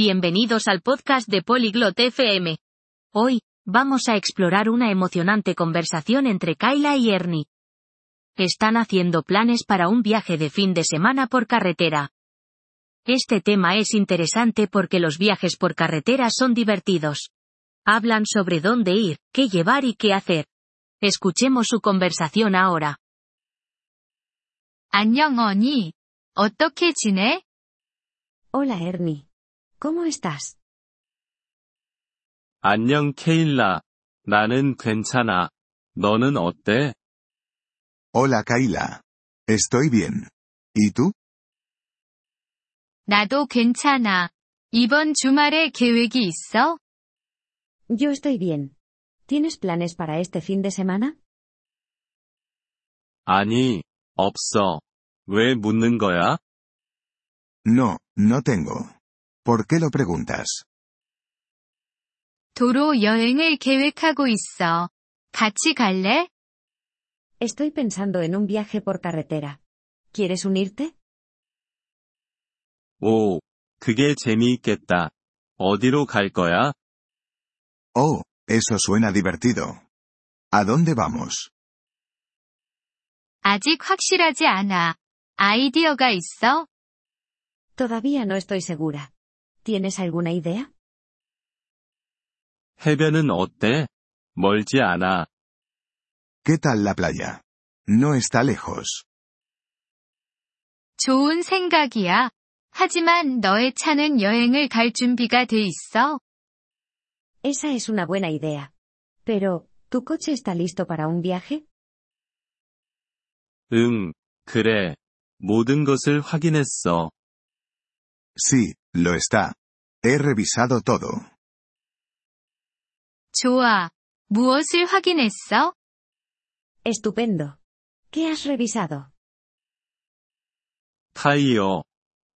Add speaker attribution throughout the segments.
Speaker 1: Bienvenidos al podcast de Polyglot FM. Hoy, vamos a explorar una emocionante conversación entre Kyla y Ernie. Están haciendo planes para un viaje de fin de semana por carretera. Este tema es interesante porque los viajes por carretera son divertidos. Hablan sobre dónde ir, qué llevar y qué hacer. Escuchemos su conversación ahora.
Speaker 2: 안녕, 언니. 어떻게 지내?
Speaker 3: Hola Ernie. ¿Cómo estás?
Speaker 4: 안녕 케일라. 나는 괜찮아. 너는 어때?
Speaker 5: Hola Kaila. Estoy bien. ¿Y tú?
Speaker 2: 나도 괜찮아. 이번 주말에 계획이 있어?
Speaker 3: Yo estoy bien. ¿Tienes planes para este fin de semana?
Speaker 4: 아니, 없어. 왜 묻는 거야?
Speaker 5: No, no tengo. ¿Por qué lo preguntas?
Speaker 2: 도로 여행을 계획하고 있어. 같이 갈래?
Speaker 3: Estoy pensando en un viaje por carretera. ¿Quieres unirte?
Speaker 4: 오, 그게 재미있겠다. 어디로 갈 거야?
Speaker 5: Oh, eso suena divertido. ¿A dónde vamos?
Speaker 2: 아직 확실하지 않아. 아이디어가 있어?
Speaker 3: Todavía no estoy segura. ¿Tienes alguna idea?
Speaker 4: 해변은 어때? 멀지 않아.
Speaker 5: ¿Qué tal la playa? No está lejos.
Speaker 2: 좋은 생각이야. 하지만 너의 차는 여행을 갈 준비가 돼 있어?
Speaker 3: Esa es una buena idea. Pero, ¿tu coche está listo para un viaje?
Speaker 4: 응, 그래. 모든 것을 확인했어.
Speaker 5: Sí, lo está. He revisado todo.
Speaker 2: 좋아. 무엇을 확인했어?
Speaker 3: Estupendo. ¿Qué has revisado?
Speaker 4: 타이어,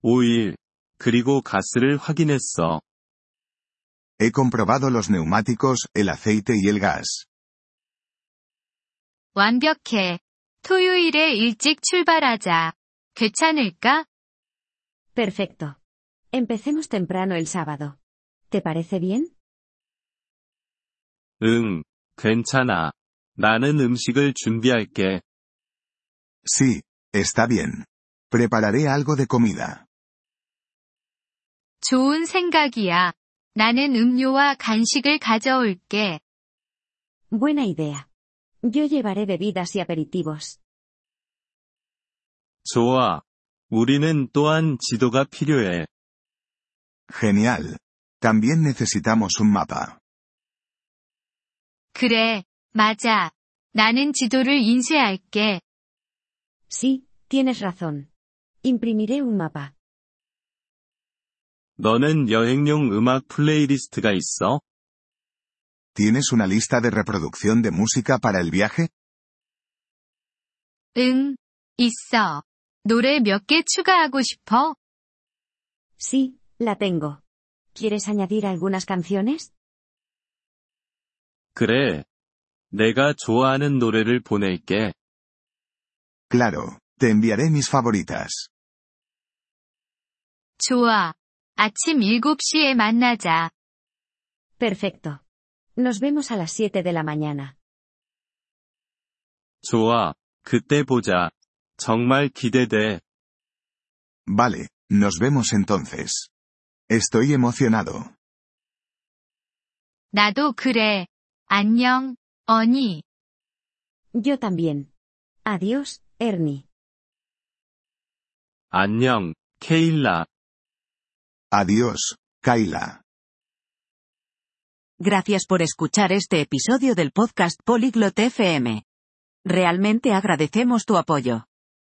Speaker 4: 오일, 그리고 가스를 확인했어.
Speaker 5: He comprobado los neumáticos, el aceite y el gas.
Speaker 2: 완벽해. 토요일에 일찍 출발하자. 괜찮을까?
Speaker 3: Perfecto. Empecemos temprano el sábado. ¿Te parece bien?
Speaker 4: 응, 괜찮아. 나는 음식을 준비할게.
Speaker 5: Sí, está bien. Prepararé algo de comida.
Speaker 2: 좋은 생각이야. 나는 음료와 간식을 가져올게.
Speaker 3: Buena idea. Yo llevaré bebidas y aperitivos.
Speaker 4: 좋아. 우리는 또한 지도가 필요해.
Speaker 5: Genial. También necesitamos un mapa.
Speaker 2: 그래, 맞아. 나는 지도를 인쇄할게.
Speaker 3: Sí, tienes razón. Imprimiré un mapa.
Speaker 4: 너는 여행용 음악 플레이리스트가 있어?
Speaker 5: ¿Tienes una lista de reproducción de música para el viaje?
Speaker 2: 응, 있어. 노래 몇 개 추가하고 싶어?
Speaker 3: Sí, la tengo. ¿Quieres añadir algunas canciones?
Speaker 4: 그래. 내가 좋아하는 노래를 보낼게.
Speaker 5: Claro, te enviaré mis favoritas.
Speaker 2: 좋아. 아침 7시에 만나자.
Speaker 3: Perfecto. Nos vemos a las 7 de la mañana.
Speaker 4: 좋아. 그때 보자. 정말 기대돼.
Speaker 5: Vale, nos vemos entonces. Estoy emocionado.
Speaker 2: 나도 그래. 안녕, 언니.
Speaker 3: Yo también. Adiós, Ernie.
Speaker 4: 안녕, 케일라.
Speaker 5: Adiós, Kaila.
Speaker 6: Gracias por escuchar este episodio del podcast Polyglot FM. Realmente agradecemos tu apoyo.